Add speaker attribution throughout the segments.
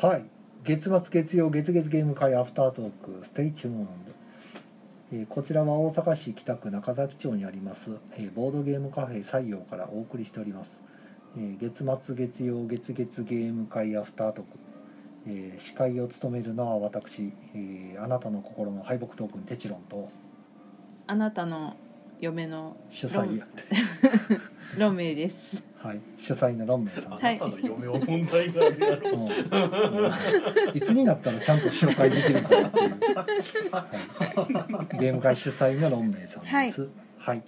Speaker 1: はい月末月曜月月ゲーム会アフタートークステイチューン、えーこちらは大阪市北区中崎町にあります、えーボードゲームカフェ採用からお送りしております、えー月末月曜月月ゲーム会アフタートーク、えー司会を務めるのは私、えーあなたの心の敗北トークンテチロンと
Speaker 2: あなたの嫁の
Speaker 1: 主催やって
Speaker 2: ロメ イです。
Speaker 1: はい主催のロンメイさん
Speaker 3: あな
Speaker 2: はい
Speaker 3: たの嫁は問題があるやろ
Speaker 1: うんうんいつになったらちゃんと紹介できる かなっていう、はい、ゲーム会主催のロンメイさんです。はい、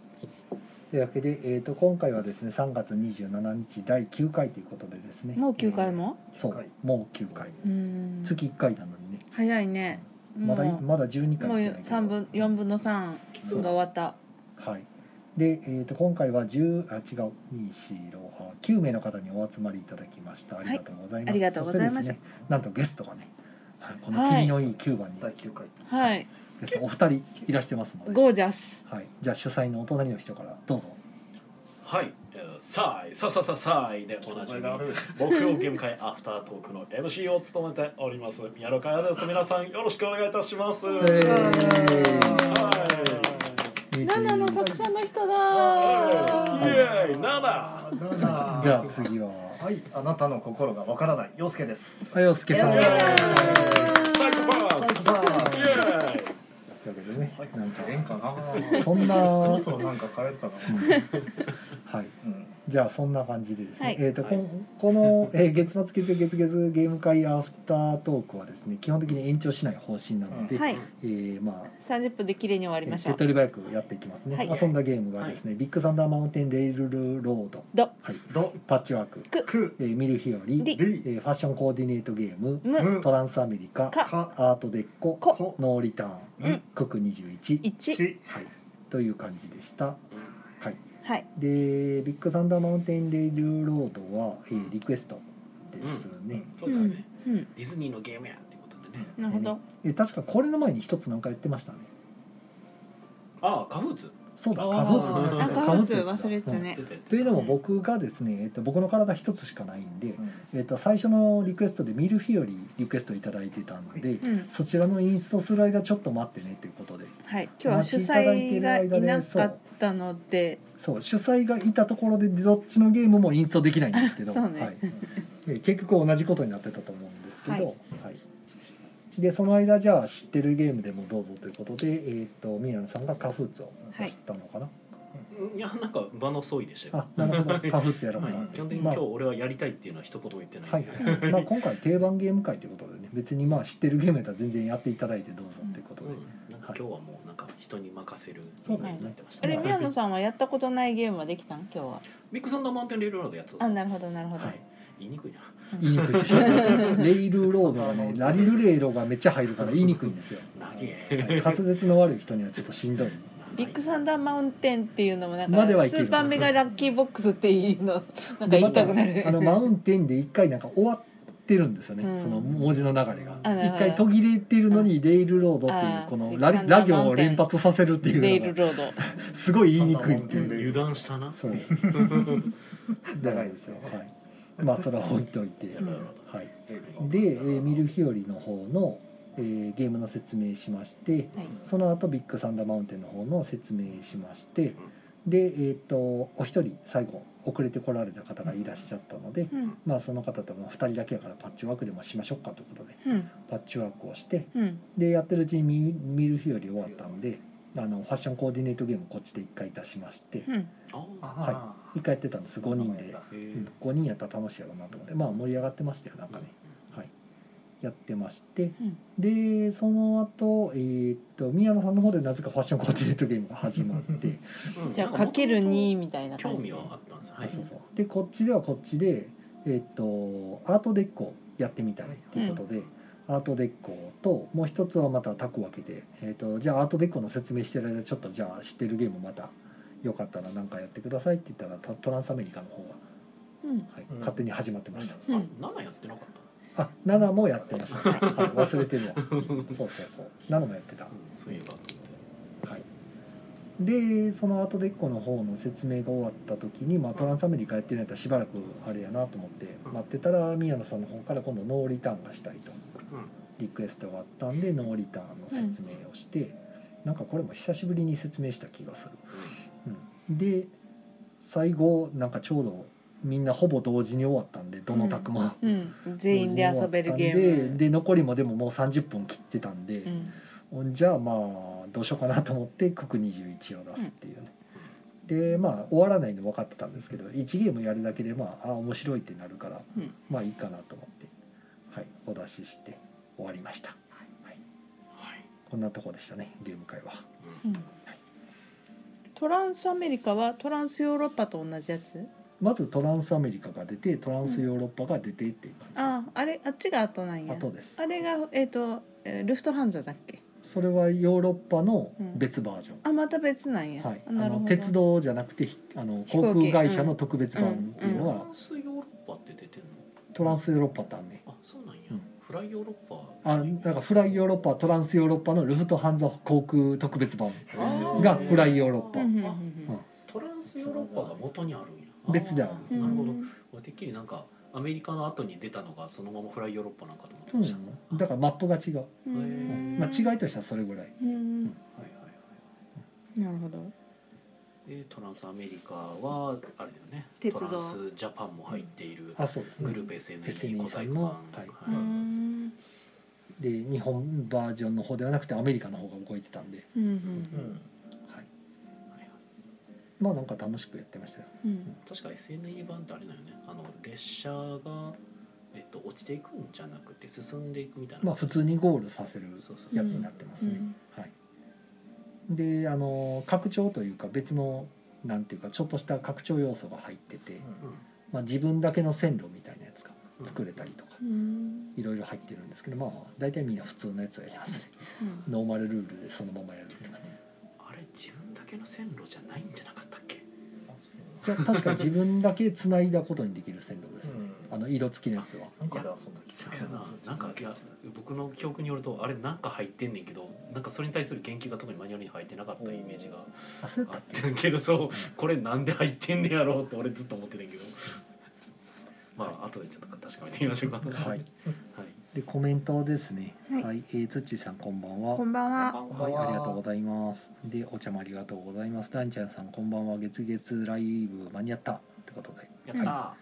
Speaker 1: というわけで、えー、と今回はですね3月27日第9回ということでですね
Speaker 2: もう9回、も？
Speaker 1: えーそうもう9回
Speaker 2: うーん。
Speaker 1: 月1回なのにね
Speaker 2: 早いね。も
Speaker 1: まだ
Speaker 2: う
Speaker 1: まだ12回
Speaker 2: も
Speaker 1: 行ってない
Speaker 2: う
Speaker 1: けど
Speaker 2: 三分四分の三が
Speaker 1: そう
Speaker 2: 終わった。
Speaker 1: はい。で、えー、と今回は10あ違う24689名の方にお集まりいただきましたありがとうございます、
Speaker 2: はいありがとうございまし
Speaker 1: そし
Speaker 2: た
Speaker 1: てですねなんとゲストがねはいこの霧のいいキューバに
Speaker 3: 第9回
Speaker 2: はい。
Speaker 1: ゲストお二人いらしてますので、
Speaker 2: ゴージャス。
Speaker 1: はい、じゃあ主催のお隣の人からどうぞ
Speaker 4: はい、えーサイ、ササササイでおなじみ、木曜ゲーム会アフタートークの MC を務めております、宮野佳代です。皆さんよろしくお願いいたします。は
Speaker 1: え
Speaker 4: い。
Speaker 2: ナナの作者の人だ
Speaker 4: イ
Speaker 2: ー。
Speaker 4: エーイ、ナナ。
Speaker 1: じゃあ次は
Speaker 3: はいあなたの心がわからない陽介です
Speaker 1: あよすけさん
Speaker 2: よ
Speaker 1: と
Speaker 2: す
Speaker 1: い
Speaker 2: け
Speaker 1: う
Speaker 2: さん
Speaker 4: サイコパス。イエーイ。
Speaker 1: わけでねなんか
Speaker 3: ええんかな
Speaker 1: そんな
Speaker 3: そろそろなんか帰ったな
Speaker 1: はい
Speaker 3: うん
Speaker 1: じゃあそんな感じでですね、
Speaker 2: はい
Speaker 1: えーとこん
Speaker 4: はい
Speaker 1: この、えー月末月曜月月ゲーム会アフタートークはですね基本的に延長しない方針なので、
Speaker 3: うん
Speaker 2: はい。
Speaker 1: えーまあ
Speaker 2: 三十分で綺麗に終わり
Speaker 1: え
Speaker 2: ま
Speaker 1: ー
Speaker 2: し
Speaker 1: 手
Speaker 2: ょ
Speaker 1: っ
Speaker 2: う。
Speaker 1: 取り早くやっていきますね、
Speaker 2: はい
Speaker 1: 遊んだゲームがですね、ビッグサンダーマウンテンレールロード、
Speaker 2: ど
Speaker 1: はい、
Speaker 3: ど
Speaker 1: パッチワーク、
Speaker 3: く
Speaker 1: えー、ミルヒオリ
Speaker 2: り
Speaker 1: えーファッションコーディネートゲーム
Speaker 2: む
Speaker 3: む
Speaker 1: トランスアメリカ
Speaker 2: か
Speaker 3: か
Speaker 1: アートデッコ
Speaker 2: こ
Speaker 3: こ
Speaker 1: ノーリターン
Speaker 2: うん
Speaker 1: クック21、
Speaker 2: 一
Speaker 3: ち
Speaker 1: はい、という感じでしたはい
Speaker 2: はい。
Speaker 1: でビッグサンダーマウンテンレイルロードは、えーリクエストですね、
Speaker 4: そううですね
Speaker 2: ん。。うん。
Speaker 4: ディズニーのゲームやっていうことでね。
Speaker 2: なるほど。
Speaker 1: えー確かこれの前に一つなんかやってましたね
Speaker 4: あ、カフーツ。
Speaker 1: そうだ
Speaker 4: あー
Speaker 1: カフーツだ
Speaker 4: うん
Speaker 2: あ、カフツ忘れて
Speaker 1: て
Speaker 2: たね
Speaker 4: 出。て。
Speaker 1: というのも僕がですね、えっと、僕の体一つしかないんで、
Speaker 3: うん
Speaker 1: えっと、最初のリクエストでミルフィオリリクエストいただいてたんで、
Speaker 2: うん。
Speaker 1: そちらのインストする間ちょっと待ってねっていうことで
Speaker 2: はい。今日は主催がいなかったので、
Speaker 1: そう主催がいたところでどっちのゲームもインストできないんですけど
Speaker 2: そうね
Speaker 1: はい、で結局同じことになってたと思うんですけど、
Speaker 2: はい
Speaker 1: はいでその間じゃあ知ってるゲームでもどうぞということで、えー、と宮野さんがカフーツを
Speaker 2: はい
Speaker 1: 知ったのかな、
Speaker 4: いや、なんか場の総意でしたよ。
Speaker 1: あなるほどカフーツやろうか、
Speaker 4: はい基本的に今日俺はやりたいっていうのは一言も言ってな
Speaker 1: はい
Speaker 4: ん
Speaker 1: い
Speaker 4: で。
Speaker 1: まあ、今回定番ゲーム会ということでね別にまあ知ってるゲームやったら全然やっていただいてどうぞということで、
Speaker 4: うんなんか今日はもうなんか人に任せる
Speaker 1: そう
Speaker 4: み
Speaker 1: で
Speaker 4: た
Speaker 1: すね
Speaker 4: いになってました
Speaker 2: あれ
Speaker 4: ね。
Speaker 2: 宮野さんはやったことないゲームはできたん今日は。
Speaker 4: ビッグサンダーマウンテンレールロードやつ。
Speaker 2: あ、なるほどなるほど。
Speaker 1: はい
Speaker 4: 言いにくいな。
Speaker 1: 言いにくいでしょ レイルロードがねラリルレイロがめっちゃ入るから言いにくいんですよ、
Speaker 4: 長え。
Speaker 1: はい、滑舌の悪い人にはちょっとしんどい
Speaker 2: ビッグサンダーマウンテンっていうのもなんか、
Speaker 1: まではい
Speaker 2: ス
Speaker 1: ける
Speaker 2: ーパーメガラッキーボックスっていう のなんか言いたくな
Speaker 1: でま
Speaker 2: る
Speaker 1: たあ。 のマウンテンで一回なんか終わってるんですよね、
Speaker 2: うん
Speaker 1: その文字の流れが
Speaker 2: あなる
Speaker 1: 一
Speaker 2: ほど
Speaker 1: 回途切れてるのにレイルロードってい
Speaker 2: あ
Speaker 1: う
Speaker 2: ー
Speaker 1: このラ
Speaker 2: ビッ
Speaker 1: リ
Speaker 2: グサ
Speaker 1: ラ
Speaker 2: ンダー
Speaker 1: 行
Speaker 2: マウ
Speaker 1: を
Speaker 2: ンテン
Speaker 1: 連発させるって
Speaker 2: レ
Speaker 1: い
Speaker 2: イ
Speaker 1: うの
Speaker 2: ル
Speaker 1: が
Speaker 2: ロード。
Speaker 1: すごい言いにく いって
Speaker 3: サ
Speaker 1: い
Speaker 3: ンダーマウンテンレイ
Speaker 1: う
Speaker 3: ル
Speaker 4: 油断したな。
Speaker 1: そう
Speaker 3: 長いですよ
Speaker 1: はい、まあそれは置いといて
Speaker 4: やろうやろう
Speaker 1: はい
Speaker 3: で
Speaker 1: で、えーミルヒオリの方の、えーゲームの説明しまして
Speaker 2: はい。
Speaker 1: その後ビッグサンダーマウンテンの方の説明しましてで、えー、とお一人最後遅れて来られた方がいらっしゃったので、
Speaker 2: うん
Speaker 1: まあ、その方とも2人だけやからパッチワークでもしましょうかということで
Speaker 2: うん
Speaker 1: パッチワークをして
Speaker 2: うん
Speaker 1: でやってるうちにミミルフィオリ終わったんであのファッションコーディネートゲームこっちで1回出しまして
Speaker 2: うん。
Speaker 4: あ
Speaker 3: あ
Speaker 1: 1回やってたんです5人で。
Speaker 4: ー。へー
Speaker 1: 5人やったら楽しいやろうなと思ってまあ盛り上がってましたよなんかね、はい、やってまして
Speaker 2: うん
Speaker 1: でその後えーっと宮野さんの方でなぜかファッションコーディネートゲームが始まって
Speaker 4: うん
Speaker 2: じゃあかける二。みたいな
Speaker 4: 興
Speaker 2: 感
Speaker 4: 味
Speaker 2: じで
Speaker 4: は。あったんです。は
Speaker 1: そう
Speaker 4: い。
Speaker 1: そうでこっちではこっちでえーっとアートデッコやってみたいということで、アートデッコともう一つはまたタク分けて、えーっとじゃあアートデッコの説明してる間ちょっとじゃあ知ってるゲームまたよかったら何かやってくださいって言ったらトトランスアメリカの方が、
Speaker 2: うん
Speaker 1: はい
Speaker 3: うん
Speaker 1: 勝手に始まってました。
Speaker 4: あ、七やってなかっ
Speaker 1: あ、ナナもやってました。はい、忘れてるわ。そうそうそう。ナナもやって
Speaker 4: た。
Speaker 1: た。
Speaker 4: うんそういえば。
Speaker 1: はい。でそのアートデッコの方の説明が終わった時に、まあ、トランスアメリカやってるんやったらしばらくあれやなと思って
Speaker 5: うん
Speaker 1: 待ってたら宮野さんの方から今度ノーリターンがしたいと
Speaker 5: うん
Speaker 1: リクエストがあったんでノーリターンの説明をして、なんかこれも久しぶりに説明した気がする。うん、で最後なんかちょうどみんなほぼ同時に終わったんでどの卓も。
Speaker 2: うん、全員で遊べるゲ
Speaker 1: で
Speaker 2: ーム
Speaker 1: で残りもでももう30分切ってたんで
Speaker 2: う、ん
Speaker 1: じゃあまあどうしようかなと思って九九21を出すっていうね、でまあ終わらないの分かってたんですけど1ゲームやるだけでまああ面白いってなるから、
Speaker 2: うん
Speaker 1: まあいいかなと思ってはいお出しして終わりました、はい、こんなとこでしたねゲーム会は
Speaker 2: うんトランスアメリカはトランスヨーロッパと同じやつ
Speaker 1: まずトランスアメリカが出てトランスヨーロッパが出てっていう感
Speaker 2: ああれあっちが後なん
Speaker 1: じ、
Speaker 2: や
Speaker 1: 後です
Speaker 2: あれがえっ、とえールフトハンザだっけ
Speaker 1: それはヨーロッパの別バージョン、
Speaker 2: あまた別なんや、
Speaker 1: はい、
Speaker 2: あ
Speaker 1: あ
Speaker 2: なる
Speaker 1: の
Speaker 2: ほど
Speaker 1: 鉄道じゃなくてひあの
Speaker 2: 飛
Speaker 1: 航
Speaker 2: 行機
Speaker 1: 空会社の特別版って
Speaker 2: う
Speaker 1: い
Speaker 2: ん
Speaker 1: うの
Speaker 5: ト
Speaker 1: は、
Speaker 5: ランスヨーロッパって出てんの
Speaker 1: トランスヨーロッパってあんね
Speaker 5: あそうなんや、
Speaker 1: うん
Speaker 5: フライヨーロッパ
Speaker 1: あなんかフライヨーロッパトランスヨーロッパのルフトハンザ航空特別版
Speaker 5: あー
Speaker 1: がフライヨーロッパ
Speaker 2: う
Speaker 5: あ
Speaker 2: んうん
Speaker 5: あ
Speaker 2: うん
Speaker 5: トランスヨーロッパが元にあるんや
Speaker 1: 別である
Speaker 5: ー
Speaker 2: うん
Speaker 5: なるほどてっきりなんかアメリカの後に出たのがそのままフライヨーロッパなんかと思って
Speaker 1: そう
Speaker 5: ま
Speaker 1: な
Speaker 5: した、
Speaker 1: のだからマップが違う、
Speaker 2: う
Speaker 1: うん
Speaker 2: ん
Speaker 1: まあ、違いとしてはそれぐらい
Speaker 2: うん
Speaker 5: はいはいはい
Speaker 2: なるほど
Speaker 5: でトランスアメリカはあれだよね
Speaker 6: 鉄道
Speaker 5: トランスジャパンも入っている
Speaker 1: あそうです
Speaker 5: グ
Speaker 1: ね
Speaker 5: ループ SNE
Speaker 1: うん
Speaker 5: 小細工
Speaker 1: SNE
Speaker 5: 版
Speaker 1: は
Speaker 2: う
Speaker 5: はい
Speaker 2: ん
Speaker 1: で日本バージョンの方ではなくてアメリカの方が動いてたんで、
Speaker 2: うんう
Speaker 3: うんん
Speaker 1: はい、まあなんか楽しくやってましたよ
Speaker 2: うん
Speaker 5: 確か SNE 版ってあれだよねあの列車が、えっと、落ちていくんじゃなくて進んでいくみたいな、
Speaker 1: まあ普通にゴールさせる
Speaker 5: そうそうそう
Speaker 1: やつになってます
Speaker 2: う
Speaker 1: ね、
Speaker 2: ん
Speaker 1: はい、であの拡張というか別のなんていうかちょっとした拡張要素が入ってて、まあ、自分だけの線路みたいなやつが作れたりとか
Speaker 2: うん
Speaker 1: いろいろ入ってるんですけどまあ大体みんな普通のやつをやりますねノーマルルールでそのままやるとかね
Speaker 5: あれ自分だけの線路じゃないんじゃなかったっけ
Speaker 1: いや確か自分だけ繋いだことにできる線路です、
Speaker 3: うん
Speaker 1: あの色付きのやつは
Speaker 3: なんかで遊んだ気
Speaker 5: そ
Speaker 3: が
Speaker 5: うやななんかいや僕の記憶によるとあれなんか入ってんねんけどなんかそれに対する言及が特にマニュアルに入ってなかったイメージが
Speaker 1: あそうやっ
Speaker 5: あ
Speaker 1: た
Speaker 5: っ
Speaker 1: っけ
Speaker 5: てんけどそうこれなんで入ってんねやろうって俺ずっと思ってたんやけどまあ後でちょっと確かめてみましょうか
Speaker 1: は
Speaker 5: はい
Speaker 1: い、でコメントですね
Speaker 2: は
Speaker 1: はいい、えー、土さんこんばんは
Speaker 2: こんばんは
Speaker 5: こんばん
Speaker 1: は、
Speaker 5: はい
Speaker 1: ありがとうございます。で、お茶もありがとうございます。ダンちゃんさん、こんばんは。月月ライブ間に合ったってことで。
Speaker 5: やったー
Speaker 1: は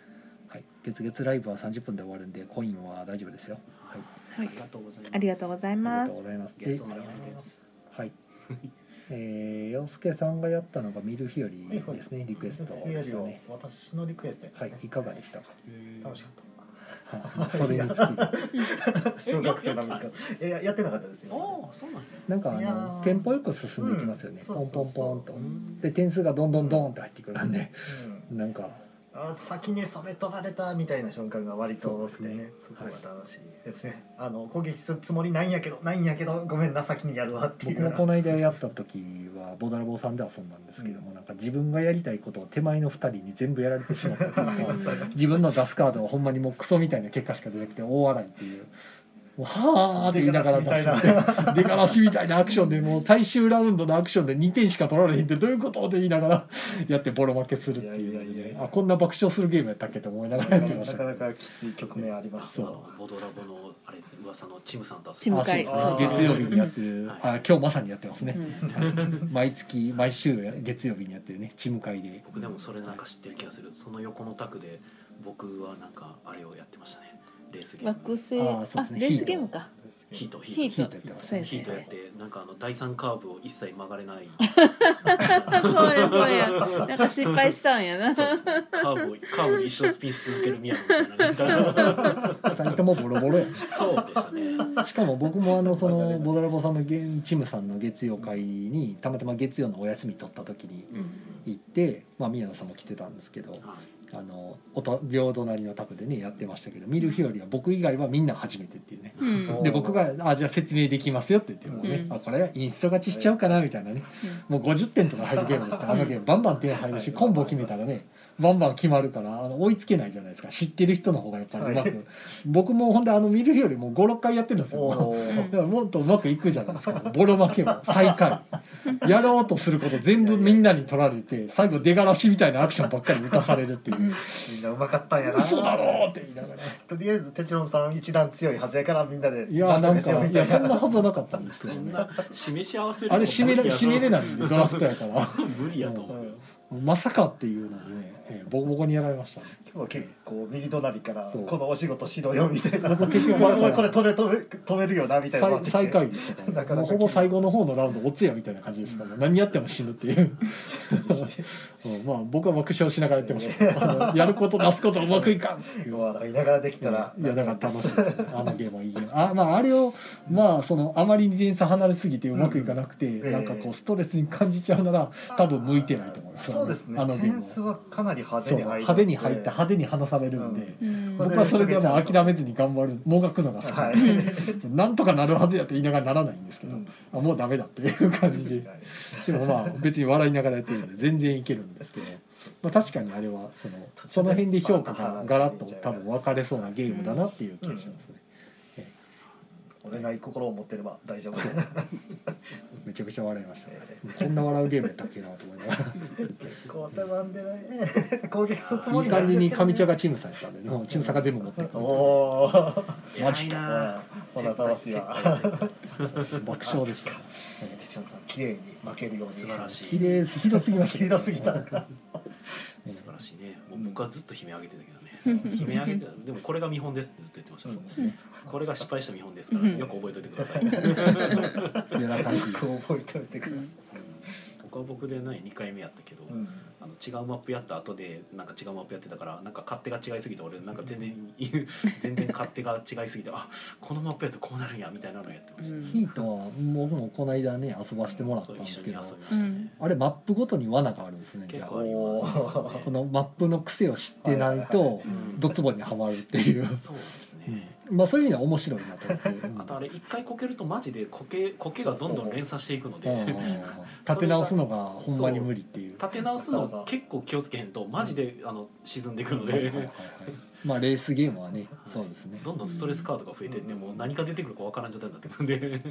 Speaker 1: い、月月ライブは30分で終わるんで、コインは大丈夫ですよ。はい、
Speaker 5: ありがとうございます
Speaker 2: ありがとうござい
Speaker 1: ありが
Speaker 2: ま
Speaker 1: と
Speaker 2: す
Speaker 1: うございます。
Speaker 5: ゲ
Speaker 1: で
Speaker 5: スト、の山根です
Speaker 1: はい。 えー、洋介さんがやったのが見る日よりですね、リクエストでしたね。
Speaker 3: 私のリクエストやね
Speaker 1: はい、いかがでしたか。
Speaker 3: 楽しかっ
Speaker 1: はいそれにつき、
Speaker 3: た小学生 のみ
Speaker 5: や
Speaker 3: かえややってなかったです
Speaker 5: あ
Speaker 3: よ
Speaker 5: あそうなんや
Speaker 1: なんかあ
Speaker 3: いや
Speaker 1: の
Speaker 3: ー
Speaker 1: テンポよく進んでいきますよね
Speaker 3: う。んそう
Speaker 1: ポン
Speaker 3: そうそ
Speaker 1: ポ
Speaker 3: う
Speaker 1: ンポンと
Speaker 5: う。ん
Speaker 1: で、点数がどんどんどんって入ってくるんで、
Speaker 3: うん
Speaker 1: なんか
Speaker 3: あ先にそれ取られたみたいな瞬間が割と多くてねそ
Speaker 1: そうですね
Speaker 3: こが楽しいですね、あの攻撃するつもりないんやけどないんやけどごめんな先にやるわっていう
Speaker 1: 僕
Speaker 3: よ
Speaker 1: も
Speaker 3: うな
Speaker 1: この間やった時はボダラボさんで遊んだんですけども、なんか自分がやりたいことを手前の2人に全部やられてしまったっていうか自分の出すカードはほんまにもうクソみたいな結果しか出なくて大笑いっていう。もうはあって言いながら出すって出がらしみたいなアクションでもう最終ラウンドのアクションで2点しか取られへんってどういうことって言いなが らやってボロ負けするっていう
Speaker 3: いやいやいやいや
Speaker 1: あこんな爆笑するゲームやったっけと思いながらやってまし
Speaker 3: な
Speaker 1: た
Speaker 3: かなかきつい局面ありました
Speaker 5: あのボドラボのあれです噂のチムさんと
Speaker 2: チム会
Speaker 1: あそう
Speaker 3: そうそう
Speaker 1: 月曜日にやってる、
Speaker 5: はい
Speaker 1: あ今日まさにやってますね、
Speaker 2: うん
Speaker 1: 毎月毎週月曜日にやってるねチーム会で
Speaker 5: 僕でもそれなんか知ってる気がするその横の卓で僕はなんかあれをやってましたねレースゲー
Speaker 6: 惑
Speaker 5: ム
Speaker 6: 星
Speaker 1: あ
Speaker 6: あ
Speaker 1: ーそうですね
Speaker 6: レースゲームか
Speaker 5: ヒートヒ
Speaker 6: ヒ
Speaker 5: ー
Speaker 6: ー
Speaker 5: ト
Speaker 1: ヒートやってます
Speaker 2: そう
Speaker 1: ね
Speaker 2: です
Speaker 5: ヒ
Speaker 2: ね
Speaker 5: ートやってなんかあの第三カーブを一切曲がれない
Speaker 6: そうやそうやなんか失敗したんやな
Speaker 5: そうですねカーブをカーブで一生スピンし続ける宮野みたいなね
Speaker 1: 2人ともボロボロや
Speaker 5: そうでしたね
Speaker 1: しかも僕もあのそのボドラボさんのゲンチームさんの月曜会にたまたま月曜のお休み取った時に行って、まあ、宮野さんも来てたんですけど
Speaker 5: は
Speaker 1: あのおと両隣の卓でねやってましたけど見る日よりは僕以外はみんな初めてっていうね
Speaker 2: うん
Speaker 1: で僕が「あじゃあ説明できますよ」って言ってもうね、
Speaker 2: うん
Speaker 1: あこれインスト勝ちしちゃうかなみたいなね、もう50点とか入るゲームですからあのゲームバンバン点入るしコンボ決めたらねバンバン決まるからあの追いつけないじゃないですか知ってる人の方がやっぱりうまく、
Speaker 3: は
Speaker 1: 僕もほんであの見るよりも56回やってるんですよ
Speaker 3: お
Speaker 2: う
Speaker 3: ー
Speaker 2: ん
Speaker 1: だからもっとうまくいくじゃないですかボロ負けも最下位やろうとすること全部みんなに取られて最後出がらしみたいなアクションばっかり打たされるっていう
Speaker 3: みんなうまかったんやな
Speaker 1: 嘘だろうって言いながら
Speaker 3: とりあえずテチロンさん一段強いはずやからみんなで
Speaker 1: いやなん
Speaker 3: しよう
Speaker 1: か
Speaker 3: み
Speaker 1: い
Speaker 3: た
Speaker 1: や
Speaker 3: い
Speaker 1: そ
Speaker 3: なん
Speaker 1: なはずはなかったんです
Speaker 5: そ
Speaker 1: よ
Speaker 5: ん
Speaker 1: ね
Speaker 5: な示し合わせる
Speaker 1: あれ締めら締めれないんでドラフトやから
Speaker 5: 無理やと思うよ
Speaker 1: まさかっていうのにね、えーボコボコにやられましたね
Speaker 3: 今日は結構右隣から
Speaker 1: そう
Speaker 3: このお仕事しろよみたいな
Speaker 1: 僕結局
Speaker 3: お前お前これ止め止め止めるよなみたいなのがあって
Speaker 1: 最最下位でしたから、
Speaker 3: なかなか
Speaker 1: もうほぼ最後の方のラウンドおつやみたいな感じでしたから、何やっても死ぬって いう、うん、まあ僕は爆笑しながらやってましたけどあのやること出すことうまくいかんっていう
Speaker 3: 笑いながらできたら
Speaker 1: いやだから楽しいですねあのゲームはいいゲームあ,、まあ、あれをまあそのあまりに点差離れすぎてうまくいかなくて、
Speaker 3: ええ
Speaker 1: なんかこうストレスに感じちゃうなら多分向いてないと思います
Speaker 3: そうですね
Speaker 1: あのゲーム
Speaker 3: 点
Speaker 1: は
Speaker 3: 数はかなり派手
Speaker 1: そう
Speaker 3: に入る
Speaker 1: 派手に入って派手に離されるんで、
Speaker 6: うん
Speaker 3: うん
Speaker 1: 僕はそれでもう諦めずに頑張るもがくのが好き、
Speaker 3: はい
Speaker 1: なんとかなるはずやって言いながらならないんですけ
Speaker 3: う
Speaker 1: ど、
Speaker 3: ん
Speaker 1: あもうダメだっていう感じででもまあ別に笑いながらやってるんで全然いけるんですけど、まあ、確かにあれはそのその辺で評価がガラッと多分分かれそうなゲームだなっていう気がしますね、
Speaker 3: 折れない心を持ってれば大丈夫
Speaker 1: めちゃくちゃ笑いましたねこ
Speaker 3: え
Speaker 1: んな笑うゲームやったっけなと思いながら
Speaker 3: ーこうたまんでないね攻撃するつも
Speaker 1: いい
Speaker 3: りな
Speaker 1: 感
Speaker 3: ん
Speaker 1: じに
Speaker 3: ですけどね
Speaker 1: 上茶がチームさんやったんでもうチームさんが全部持ってる
Speaker 3: おおー
Speaker 1: マジ
Speaker 5: 偉い
Speaker 1: か
Speaker 5: な
Speaker 3: ほら楽しいわ
Speaker 5: 接待接待
Speaker 1: 爆笑でしたね
Speaker 3: テチロンさん綺麗に負けるように
Speaker 5: 素晴らしい
Speaker 1: 綺麗ひどすぎました
Speaker 3: ひどすぎたのか
Speaker 5: 素晴らしいねもう僕はずっと悲鳴上げてたけどね悲鳴上げてたでもこれが見本ですってずっと言ってましたからこれが失敗した見本ですからよく覚えといてください
Speaker 1: やらかしい
Speaker 3: よく覚えておいてください
Speaker 5: 僕は僕でね2回目やったけど、
Speaker 3: うん
Speaker 5: あの違うマップやった後でなんか違うマップやってたからなんか勝手が違いすぎて俺なんか全然 全然勝手が違いすぎてあこのマップやとこうなるんやみたいなのやってました、
Speaker 1: ヒートは僕もこの間ね遊ばしてもらった
Speaker 5: そ
Speaker 1: ん
Speaker 5: う
Speaker 1: で
Speaker 5: 一緒
Speaker 1: すけ
Speaker 5: に遊
Speaker 1: ど
Speaker 5: びましたね、
Speaker 1: あれマップごとに罠があるんですねじ
Speaker 5: 結
Speaker 1: ゃ
Speaker 5: 構
Speaker 1: あ
Speaker 5: あります、ね、
Speaker 1: このマップの癖を知ってないと
Speaker 5: うん
Speaker 1: ドツボにはまるって いう、
Speaker 5: そうですね、
Speaker 1: うんまあそういう意味では面白いなと思って、うん
Speaker 5: あとあれ一回こけるとマジでこけこけがどんどん連鎖していくので、
Speaker 1: うんうんうん立て直すのがほんまに無理っていう。
Speaker 5: 立て直すの結構気をつけへんとマジで、あの沈んでいくの
Speaker 1: はいはい
Speaker 5: で
Speaker 1: はいはいまあレースゲームはね、そうですね。
Speaker 5: どんどんストレスカードが増えて、でもう何か出てくるかわからん状態になってくるんで、はい
Speaker 1: はい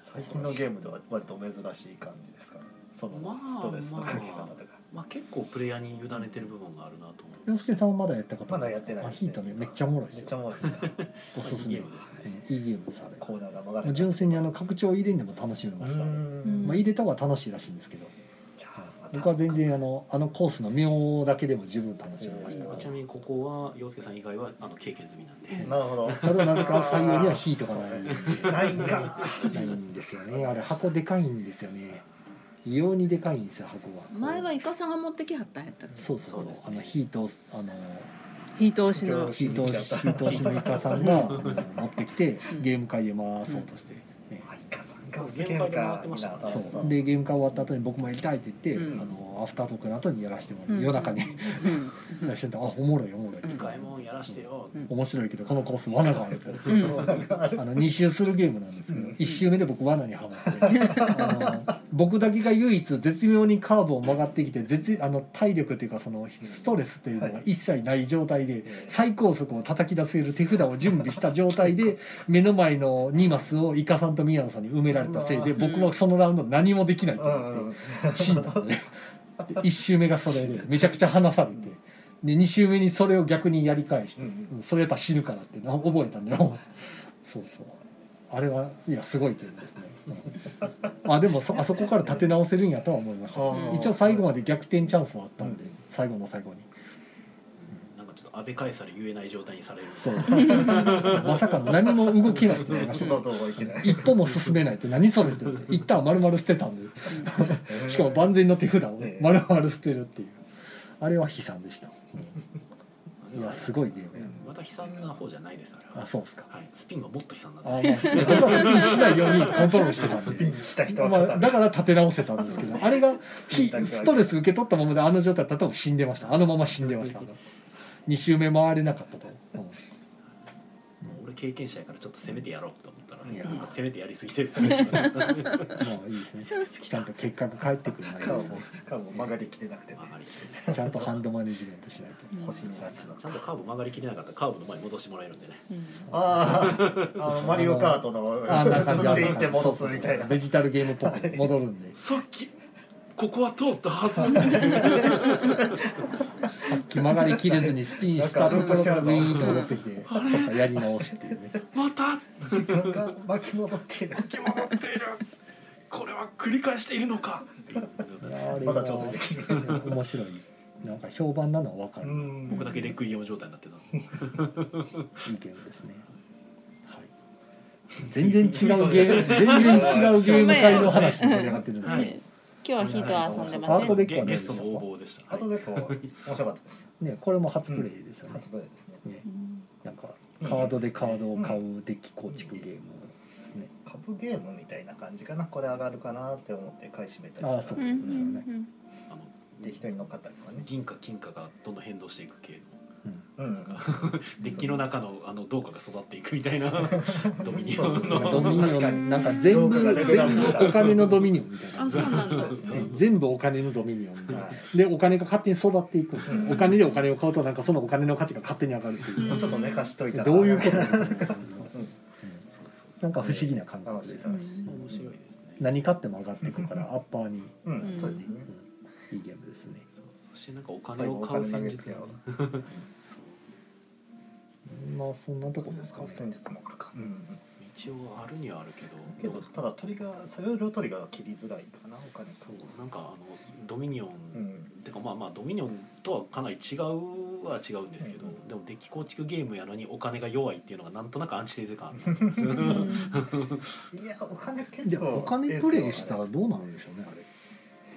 Speaker 3: 最近のゲームでは割と珍しい感じですかねその
Speaker 5: まあ
Speaker 3: ストレスのかけ方とか、
Speaker 5: まあ、結構プレイヤーに委ねてる部分があるなと思う
Speaker 1: 洋介さんはまだやったこと
Speaker 3: まだやってない
Speaker 1: あ
Speaker 3: です
Speaker 1: ヒ
Speaker 3: ね
Speaker 1: ートねめっちゃおもろいで
Speaker 3: めっ
Speaker 1: す
Speaker 3: ちゃ
Speaker 1: よ
Speaker 3: おもろいですか
Speaker 1: おすすめ
Speaker 5: いいゲームですね
Speaker 1: うんいいゲームですあれ
Speaker 3: コーナーが曲が
Speaker 1: まあ
Speaker 3: れ
Speaker 1: 純粋にあの拡張入れんでも楽しめま
Speaker 3: う
Speaker 1: したあれ
Speaker 3: ん
Speaker 1: まあ入れた方が楽しいらしいんですけど
Speaker 3: じゃあ
Speaker 1: 僕は全然あのあのコースの妙だけでも十分楽しめましたか
Speaker 5: ちなみにここは洋介さん以外はあの経験済みなんで、
Speaker 3: なるほど
Speaker 1: らただなぜか採用にはヒートがない
Speaker 3: ない んか
Speaker 1: ないんですよねあれ箱でかいんですよね異様にでかいんですよ箱が
Speaker 6: 前はイカさんが持ってきはったんやったっけ
Speaker 1: そうそう
Speaker 5: そうですね
Speaker 1: あのヒートあの
Speaker 6: 火通しの
Speaker 1: ヒートヒートシミカさ んがあの持ってきてゲーム会で回そうとして、ね
Speaker 3: あいかさんがすげえのかいいな楽しそ
Speaker 1: そううでゲーム会終わった後に僕もやりたいって言って、
Speaker 6: うん
Speaker 1: あのアフタートークの後にやらせてもらって、
Speaker 6: うん
Speaker 1: 夜中に
Speaker 6: うん
Speaker 1: やらせてもらってあおもろいおもろい、
Speaker 5: 一回もやらしてよ、
Speaker 6: うん
Speaker 1: 面白いけどこのコース罠があるって
Speaker 6: うん
Speaker 1: あの2周するゲームなんですけど、
Speaker 3: うん
Speaker 1: 1周目で僕罠にはまってあの僕だけが唯一絶妙にカーブを曲がってきて絶あの体力っていうかそのストレスっていうのが一切ない状態で最高速を叩き出せる手札を準備した状態で目の前の2マスをイカさんと宮野さんに埋められたせいで僕はそのラウンド何もできないと
Speaker 3: う
Speaker 1: 思って。
Speaker 3: んうん
Speaker 1: 死んだのねで1周目がそれでめちゃくちゃ離されてで2周目にそれを逆にやり返して、
Speaker 3: うん
Speaker 1: うんそれやったら死ぬからっていうのを覚えたんだよそうそうあれはいやすごい点ですね、うんまあでもそあそこから立て直せるんやとは思いました
Speaker 3: うん
Speaker 1: 一応最後まで逆転チャンスはあったんで、
Speaker 3: うん
Speaker 1: 最後の最後に
Speaker 5: なんかちょっと安倍カエサル言えない状態にされる
Speaker 1: そう まさかの何も動けないってなりまし
Speaker 3: そ
Speaker 1: た
Speaker 3: んなとこいけない
Speaker 1: 一歩も進めないって何それって一旦丸々捨てたんでしかも万全の手札を
Speaker 3: ええ
Speaker 1: 丸々捨てるっていうあれは悲惨でした、うんいやす
Speaker 5: 私
Speaker 1: ごいゲームや
Speaker 5: また悲惨な方じゃないですあれ
Speaker 1: あ
Speaker 5: は、
Speaker 1: そうですか
Speaker 5: はい、スピンがもっと悲惨なん
Speaker 1: あ
Speaker 5: で
Speaker 1: まあ僕はスピンしないようにコントロールしてた
Speaker 3: ス
Speaker 1: ん
Speaker 3: ピ
Speaker 1: で
Speaker 3: ンした人は
Speaker 1: まあ、
Speaker 3: 勝
Speaker 1: だ
Speaker 3: た
Speaker 1: から立て直せたんですけどあれ がひストレス受け取ったままであの状態だと死んでましたあのまま死んでました2周目回れなかったと、うん
Speaker 5: もう俺経験者やからちょっと攻めてやろうと思ったら、
Speaker 3: うん
Speaker 5: なんか攻めてやりすぎて攻めてしま った。
Speaker 1: まあいいですねちゃんと結果が返ってくるまでいい
Speaker 3: カー
Speaker 1: で
Speaker 3: ブ
Speaker 1: す
Speaker 3: も
Speaker 1: ね
Speaker 3: カーブも曲がりきれなくてね
Speaker 5: 曲がりきれない
Speaker 1: ちゃんとハンドマネジメントしないと
Speaker 3: 星になっちゃっ
Speaker 5: ちゃ
Speaker 3: た
Speaker 5: んとカーブ曲がりきれなかったらカーブの前に戻してもらえるんでね。
Speaker 2: うん
Speaker 3: あーあのマリオカートの
Speaker 1: あんな感じ
Speaker 3: 積
Speaker 1: あん
Speaker 3: んで
Speaker 1: ない感
Speaker 3: って
Speaker 1: じ
Speaker 3: 戻すみたいな
Speaker 1: デジタルゲームっぽく戻るんで
Speaker 5: さっきここは通ったはず。う
Speaker 1: さっき曲がりきれずにスピンしたところからウィーンと戻ってきてそっかやり直しっていうね
Speaker 5: また
Speaker 3: 時間が巻き戻っている
Speaker 5: 巻き戻っている。これは繰り返しているのか。っていう状態
Speaker 1: あれ
Speaker 3: まだ調整できる
Speaker 1: は面白いなんか評判なのは分かる
Speaker 3: ん
Speaker 5: 僕だけレクイエム状態になってた。
Speaker 1: いいゲームですね、はい、全然違うゲ ーム全然違うゲーム会の話で盛り上がってるんで、
Speaker 5: はい。
Speaker 2: 今日はヒートは遊んで
Speaker 1: ア
Speaker 2: ま
Speaker 1: ー
Speaker 2: せ
Speaker 1: ト
Speaker 2: ん。
Speaker 1: デックはね
Speaker 5: ゲストの応募でした。
Speaker 3: あとでこう面白かった です
Speaker 1: ね、これも初プレイですよね、
Speaker 3: 初プレイですね
Speaker 1: ねなんかカードでカードを買うデッキ構築ゲームですね、
Speaker 3: 株ゲームみたいな感じかなこれ上がるかなって思って買い占めたり
Speaker 1: あーそ
Speaker 6: う
Speaker 1: う
Speaker 3: とか
Speaker 6: んうん
Speaker 5: あの
Speaker 3: で人に乗っかったりとかね
Speaker 5: 銀貨金貨がどんどん変動していく系の
Speaker 1: うん
Speaker 3: うん
Speaker 5: デッキの中のあの銅貨が育っていくみたいなドミニオン
Speaker 3: そうそう
Speaker 1: ド
Speaker 5: の
Speaker 1: ミニ
Speaker 3: 確
Speaker 1: オ
Speaker 3: か
Speaker 1: ン
Speaker 3: に
Speaker 1: なんか全部
Speaker 3: 動画が出てた
Speaker 1: 全部お金のドミニオンみたい
Speaker 6: うん。あ、そうなんです
Speaker 3: そう
Speaker 6: ね。
Speaker 1: 全部お金のドミニオンで
Speaker 3: は
Speaker 1: でお金が勝手に育っていく
Speaker 3: うん
Speaker 1: お金でお金を買うとなんかそのお金の価値が勝手に上がるっていう
Speaker 3: いもうちょっと寝かしといたら
Speaker 1: どういうこと
Speaker 3: な
Speaker 1: なんだろうね
Speaker 3: うん
Speaker 1: なんか不思議な感覚
Speaker 3: 楽しい
Speaker 1: です
Speaker 3: 楽しい
Speaker 5: 面白いですね。
Speaker 1: 何買っても上がっていくからアッパーに
Speaker 3: うんそうですね
Speaker 1: いいゲームですね
Speaker 5: そしてなんかお金を買う戦術が、ね、
Speaker 1: まあそんなとこですか
Speaker 3: 使う
Speaker 1: ね
Speaker 3: 戦術もあるかうん
Speaker 5: 一応あるにはあるけ
Speaker 3: け
Speaker 5: ど
Speaker 3: どただトリガー作業量トリガーが切りづらいかなお金
Speaker 5: そ
Speaker 3: と
Speaker 5: うなんかあのドミニオン、
Speaker 3: うん
Speaker 5: てかまあまあドミニオンとはかなり違うは違うんですけど、
Speaker 3: うん
Speaker 5: でもデッキ構築ゲームやのにお金が弱いっていうのがなんとなくアンチテーゼ感ある
Speaker 2: うん
Speaker 3: いやお金結構
Speaker 1: でお金プレイしたらどうなるんでしょうねあれ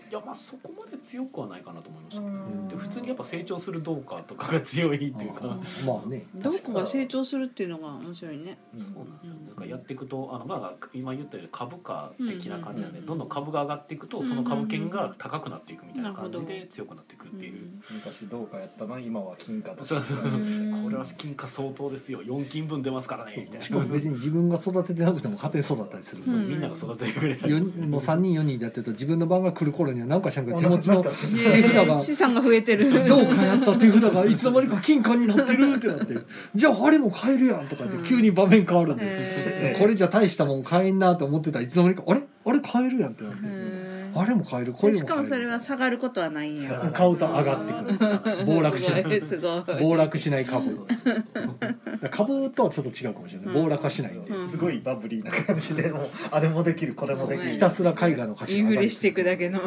Speaker 5: いやまあそこまで強くはないかなと思いましたけど、
Speaker 1: ん
Speaker 5: で普通にやっぱ成長するどうかとかが強いっていうか、
Speaker 1: あまあね
Speaker 6: どこが成長するっていうのが面白いね。
Speaker 5: そうなんですよ、
Speaker 6: うん
Speaker 5: なんかやっていくとあのまあ今言ったように株価的な感じ
Speaker 6: うん
Speaker 5: なんで、
Speaker 6: うんうん
Speaker 5: どんどん株が上がっていくとその株券が高くなっていくみたいな感
Speaker 6: な
Speaker 5: じ
Speaker 6: る
Speaker 5: で強くなっていくっていう。
Speaker 3: 昔どうかやったのに今は金貨だ
Speaker 5: そうそう
Speaker 6: うん
Speaker 5: これは金貨相当ですよ4金分出ますからねみたいな
Speaker 1: しかも別に自分が育ててなくても勝手に育ったりする
Speaker 5: そう
Speaker 6: うん
Speaker 5: みんなが育ててくれたり
Speaker 1: 四
Speaker 5: もする
Speaker 1: 人もう3人4人でやってると自分の番が来る頃には何かしらんけど手持ちの手
Speaker 6: うん
Speaker 1: 札
Speaker 6: へー
Speaker 1: が
Speaker 6: 資産が増えてる。
Speaker 1: どう買った手札がいつの間にか金貨になってるってなってじゃああれも買えるやんとかって急に場面変わるんで
Speaker 6: へー
Speaker 1: これじゃ大したもん買えんなと思ってたらいつの間にかあれあれ買えるやんってなっ
Speaker 6: う
Speaker 1: て
Speaker 6: ん
Speaker 1: あれも買えるこれも
Speaker 6: し
Speaker 1: 買え
Speaker 6: か
Speaker 1: る
Speaker 6: もそれは下がることはないんや。
Speaker 1: 買うと上がってくる暴落しない
Speaker 6: すごい。
Speaker 1: 暴落しない
Speaker 5: そう
Speaker 1: 株
Speaker 5: そうそう
Speaker 1: 株とはちょっと違うかもしれない暴落はしないんで
Speaker 6: うん
Speaker 3: すごいバブリーな感じでもうあれもできるこれもできる
Speaker 1: ひたすら絵画の価値
Speaker 6: イン
Speaker 1: が
Speaker 6: フ
Speaker 1: 上が
Speaker 6: レ
Speaker 1: る
Speaker 6: していくだけの。う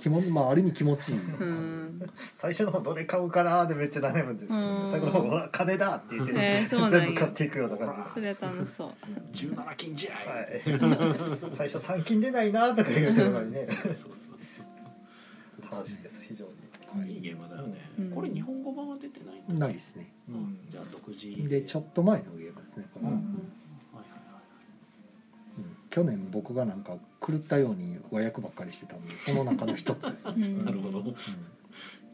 Speaker 1: 気もまあある意味気持ちいい
Speaker 6: ん。
Speaker 3: 最初の方どれ買うかなーでめっちゃ悩むんですけど、
Speaker 6: うん
Speaker 3: ね、最後の方ほら金だって言って、
Speaker 6: えーそうなんや
Speaker 3: 全部買っていくような感
Speaker 6: それは楽しそう。
Speaker 5: 17金じゃい、
Speaker 3: じです、はい、最初三金出ないなーとか言うてるのにね
Speaker 5: そうそう
Speaker 3: 楽しいです非常に、
Speaker 5: いいゲームだよね、
Speaker 6: うん
Speaker 5: これ日本語版は出てないんだ
Speaker 1: ないですね
Speaker 3: う
Speaker 5: うんん、じゃあ独自
Speaker 1: でちょっと前のゲームですねこれは
Speaker 3: うん
Speaker 5: はいはい
Speaker 1: うん去年僕がなんか狂ったように和訳ばっかりしてたんでその中の一つです
Speaker 6: う
Speaker 1: ね、
Speaker 5: はい
Speaker 6: ん
Speaker 5: なるほど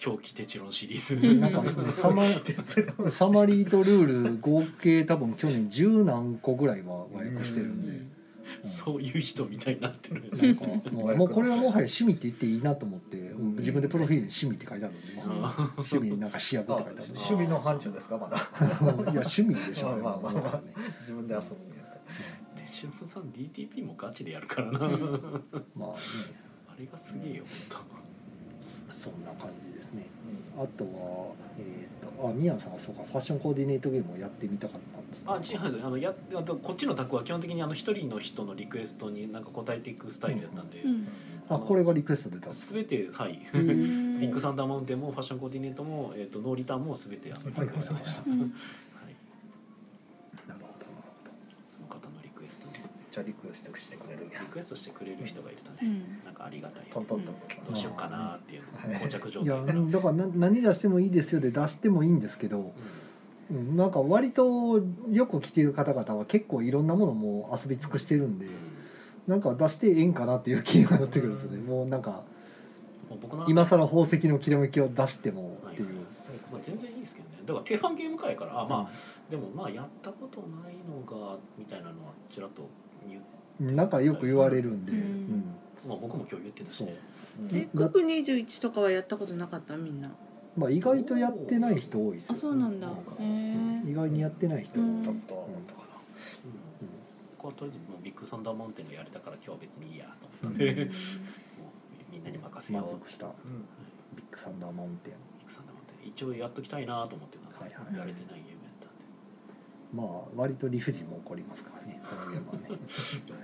Speaker 5: 狂気テチロンシリーズ、
Speaker 1: うんなんかサマ
Speaker 3: それは
Speaker 1: サマリーとルール合計多分去年十何個ぐらいは和訳してるんで、
Speaker 3: うん
Speaker 5: そういう人みたいになってる、
Speaker 1: なんかもうもうこれはもはや趣味って言っていいなと思って、うん
Speaker 3: うん
Speaker 1: 自分でプロフィールに趣味って書いてあるんで、まあ
Speaker 5: あー
Speaker 1: 趣味なんか試薬
Speaker 3: あ
Speaker 1: って書い て
Speaker 3: 趣味の範疇ですかまだ
Speaker 1: あるんでいや趣味でしょ
Speaker 3: まあまあまあまあ
Speaker 1: あれはね
Speaker 3: 自分で遊ぶんやった
Speaker 5: テチロンさん DTP もガチでやるからな、
Speaker 6: うん
Speaker 1: まあね
Speaker 5: あれがすげえよ本
Speaker 1: そんな感じですね
Speaker 3: ら、
Speaker 1: あとはえっ、とあ宮野さんはそうかファッションコーディネートゲームをやってみたかったんです
Speaker 5: 当あ違うんですよあのやあとこっちのタクは基本的にあの一人の人のリクエストになんか答えていくスタイルやったんで、
Speaker 6: うん
Speaker 1: あこれがリクエスト出たんです
Speaker 5: 全てはいビッグサンダーマウンテンもファッションコーディネートも、えー、とノーリターンも全てあのリクエストでした、
Speaker 6: う
Speaker 5: はい
Speaker 6: ん
Speaker 1: なるほどなるほど
Speaker 5: その方のリクエストに
Speaker 3: めっちゃリクエストしてくれるんや
Speaker 5: リクエストしてくれる人がいると
Speaker 6: う
Speaker 5: ね、
Speaker 6: ん
Speaker 5: なんかありがたいど
Speaker 3: トントンと来ます
Speaker 5: うしようかなっていう
Speaker 3: うん
Speaker 5: 膠着状
Speaker 1: い
Speaker 5: 態
Speaker 1: や
Speaker 5: から、うん
Speaker 1: だからな何出してもいいですよで出してもいいんですけど、うん、なんか割とよく着てる方々は結構いろんなものもう遊び尽くしてるんでなんか出してええんかなっていう気にはなってくるんですよね、
Speaker 3: うん
Speaker 1: もうなんか
Speaker 5: もう僕の
Speaker 1: 今更宝石のきらめきを出してもっていう、
Speaker 5: まあ、全然いいですけどねだから定番ゲーム会からあまあでもまあやったことないのがみたいなのはちらっと言う、
Speaker 1: なんかよく言われるんで、う
Speaker 6: うんん
Speaker 5: まあ、僕も今日言ってたし、ね、
Speaker 6: え国二十一とかはやったことなかったみんな。
Speaker 1: まあ、意外とやってない人多いですよ
Speaker 6: あそうなんだ。へ
Speaker 1: 意
Speaker 6: え。
Speaker 1: 外にやってない人多い、
Speaker 6: うん
Speaker 1: うん
Speaker 5: うん、僕はとりあえずもうビッグサンダーマウンテンがやれたから今日は別にいいやと思ったんで、
Speaker 1: う
Speaker 5: も
Speaker 1: ん
Speaker 5: うみんなに任せよ
Speaker 1: 満
Speaker 5: う
Speaker 1: 足したビッグサンダーマウンテン
Speaker 5: ビッグサンダーマウンテン一応やっときたいなと思ってたん
Speaker 1: はい
Speaker 5: で、
Speaker 1: はい
Speaker 5: やれてないゲームやったんで。
Speaker 1: まあ割と理不尽も起こりますから ねこのゲームはね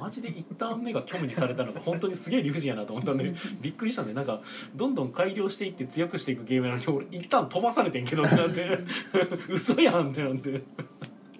Speaker 5: マジで一旦目が虚無にされたのが本当にすげえ理不尽やなと思ったんでびっくりしたんでなんかどんどん改良していって強くしていくゲームなのに俺一旦飛ばされてんけどってなって 嘘やんってなって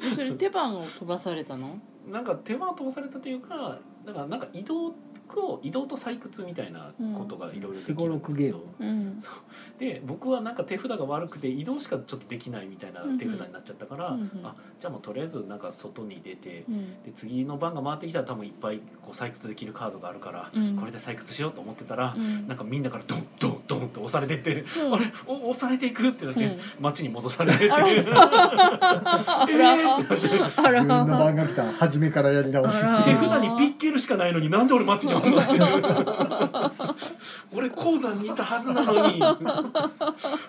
Speaker 6: えそれ手番を飛ばされたの？
Speaker 5: なんか手間を飛ばされたというかだからなんか移動を移動と採掘みたいなことがいろいろできるんですけど、
Speaker 1: うんす
Speaker 6: うん。
Speaker 5: で僕はなんか手札が悪くて移動しかちょっとできないみたいな手札になっちゃったから、
Speaker 6: うんうん
Speaker 5: あじゃあもうとりあえずなんか外に出て
Speaker 6: うん。
Speaker 5: で次の番が回ってきたら多分いっぱいこう採掘できるカードがあるから、
Speaker 6: うん
Speaker 5: これで採掘しようと思ってたら
Speaker 6: う、ん
Speaker 5: なんかみんなからドンドンドンって押されてって、
Speaker 6: うん
Speaker 5: あれお押されていくってなって、
Speaker 6: うん
Speaker 5: 街に戻されて
Speaker 6: あらあらあ
Speaker 1: 自分の
Speaker 6: ら。
Speaker 1: 番が来たら初めからやり直し
Speaker 6: あら
Speaker 5: 手札にピッケルしかないのになんで俺街におんのっていう 俺鉱山にいたはずなのに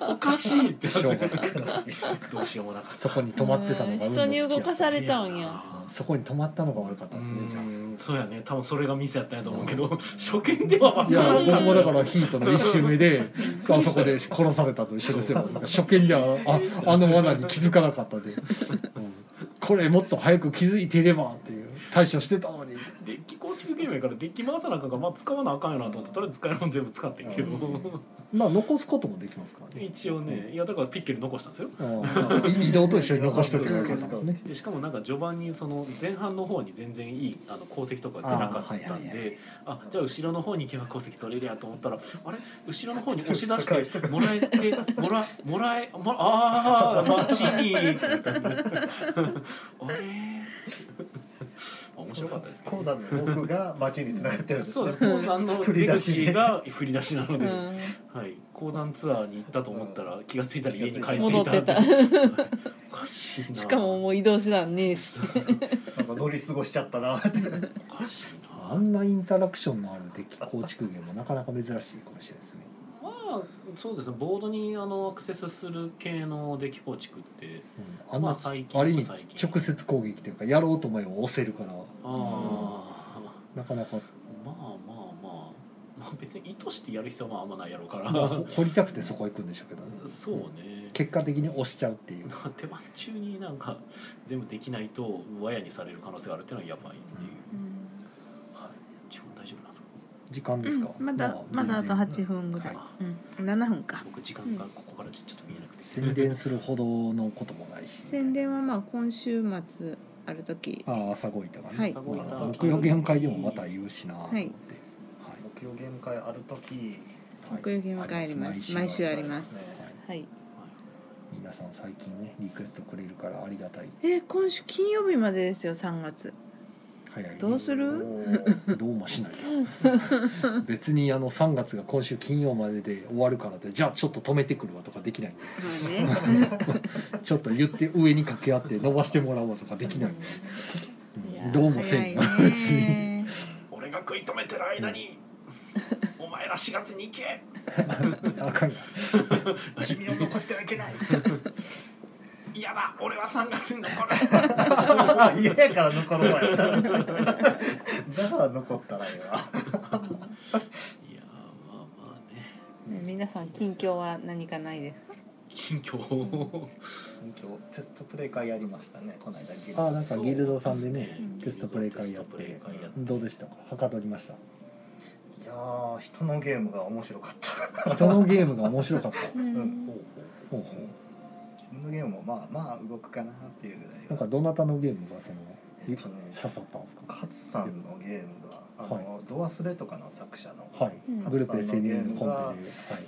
Speaker 5: おかしいって
Speaker 1: しょう
Speaker 5: な
Speaker 1: が
Speaker 5: って
Speaker 1: ない
Speaker 5: どうしようもなかった
Speaker 1: そこに止まってたのが
Speaker 6: 人に動かさ
Speaker 1: れ
Speaker 6: れちゃうんや。
Speaker 1: そこに止まったのが悪かっ
Speaker 5: う
Speaker 1: たですねじゃ
Speaker 5: んそうやね多分それがミスやったんやと思うけど初見では
Speaker 1: あい
Speaker 5: 分か
Speaker 1: や
Speaker 5: らんか
Speaker 1: 僕
Speaker 5: っ
Speaker 1: もだ
Speaker 5: た
Speaker 1: からヒートの一周目であそこで殺されたと一緒ですよなんか初見ではああの罠に気づかなかったで、うんこれもっと早く気づいていればっていう対処してたのに
Speaker 5: デッキ構築ゲームやからデッキ回さなあかんから、まあ、使わなあかんよなと思ってとりあえず使えるもん全部使ってんけど、
Speaker 1: まあ残すこともできますからね
Speaker 5: 一応ねいやだからピッケル残したんですよ
Speaker 1: ああ移動と一緒に残しとけばよかったですね
Speaker 5: でしかもなんか序盤にその前半の方に全然いいあの功績とか出なかったんであ,、
Speaker 1: あはいはいは
Speaker 5: じゃあ後ろの方に行けば功績取れるやと思ったらあれ後ろの方に押し出してもらえてもらもらえもらああ待ちにあれ面白かったですけど
Speaker 3: 鉱山の奥が町に繋がってるんです
Speaker 5: そう
Speaker 3: ね
Speaker 5: です鉱山の
Speaker 3: 振り
Speaker 5: 出
Speaker 3: 出し
Speaker 5: 口が振り出しなの
Speaker 6: う
Speaker 5: で、
Speaker 6: ん。
Speaker 5: はい、鉱山ツアーに行ったと思ったら気が付いたら家に帰って
Speaker 6: 戻
Speaker 5: い
Speaker 6: ったてた。
Speaker 5: はいおか しいな
Speaker 6: しかももう移動手段ねえし。
Speaker 3: なんか乗り過ごしちゃったなって
Speaker 5: おかしいな
Speaker 1: あんなインタラクションのあるデッキ構築ゲームもなかなか珍しいかもしれないですね
Speaker 5: まあそうですねボードにあのアクセスする系のデッキ構築って
Speaker 1: うんあんな、
Speaker 5: ま
Speaker 1: あ
Speaker 5: あ、最近
Speaker 1: る意
Speaker 5: と
Speaker 1: 味
Speaker 5: 最近
Speaker 1: 直接攻撃というかやろうと思えば押せるから
Speaker 5: ああ
Speaker 1: なかなか、
Speaker 5: まあまあまあ、まあ、別に意図してやる必要はあんまないやろうから
Speaker 1: まあ、ほ掘りたくてそこ行くんでしょうけどね
Speaker 5: そうね
Speaker 1: 結果的に押しちゃうっていう
Speaker 5: なんか手番中になんか全部できないとわやにされる可能性があるっていうのはやばいっていう、はい自分大丈夫なんですか
Speaker 1: 時間ですか、
Speaker 6: まだまだあと
Speaker 1: 全
Speaker 6: 八
Speaker 1: 然
Speaker 6: 分ぐらい
Speaker 1: は。
Speaker 6: うん。七分か。
Speaker 5: 僕時間がここからちょっと見えなくて、
Speaker 1: 宣伝するほどのこともないし
Speaker 6: 宣伝はまあ今週末ある時
Speaker 1: ああ朝ごいたがね、
Speaker 6: はい
Speaker 1: まあ木曜ゲーム会でもまた言うしなと思って、
Speaker 6: は
Speaker 1: はいい
Speaker 3: 木曜ゲーム会ある時
Speaker 1: はい
Speaker 6: 木曜ゲーム会あります。毎週あります
Speaker 3: 毎週あります。
Speaker 6: はい。
Speaker 1: 皆さん最近ねリクエストくれるからありがたい
Speaker 6: えー今週金曜日までですよ3月。
Speaker 1: 早いね
Speaker 6: どうする？
Speaker 3: お
Speaker 1: どうもしない 別にあの3月が今週金曜までで終わるからでじゃあちょっと止めてくるわとかできないんで
Speaker 6: まあね。
Speaker 1: ちょっと言って上に掛け合って伸ばしてもらおうとかできないんで、
Speaker 6: い
Speaker 1: うん
Speaker 6: や
Speaker 1: どうもせんが
Speaker 6: 早い
Speaker 1: 別に
Speaker 6: ね
Speaker 5: 俺が食い止めてる間にお前ら4月に行け
Speaker 1: あかんが
Speaker 3: ー君を残してはいけない
Speaker 5: 嫌だ俺は3月に残る
Speaker 3: 家やから残る わやったらじゃあ残ったらええ
Speaker 5: い
Speaker 3: わ
Speaker 5: やーまあまあね
Speaker 6: ね皆さん近況は何かないですか。
Speaker 5: 近況
Speaker 3: 今日テストプレイ会やりましたねこの間ゲー
Speaker 1: あ
Speaker 3: ム
Speaker 1: なんかギルドさんでね
Speaker 5: そ
Speaker 1: テ
Speaker 5: う
Speaker 1: ストプレイ会やっ
Speaker 5: テストプレイ
Speaker 1: て
Speaker 5: 会やって
Speaker 1: どうでしたかはかどりました
Speaker 3: いやー人のゲームが面白かった
Speaker 1: 人のゲームが面白かった
Speaker 6: う。
Speaker 5: ほうんほ
Speaker 1: ほ
Speaker 5: う
Speaker 1: うほう
Speaker 3: 自分のゲームもまあまあ動くかなっていうぐらいは
Speaker 1: なんかどなたのゲームがその、
Speaker 3: えっとね
Speaker 1: 刺さったんですか
Speaker 3: 勝さんのゲームがあの、
Speaker 1: は
Speaker 3: ドアスレとかの作者の、
Speaker 1: はい、
Speaker 6: うん
Speaker 1: グループ SNN コンペで、は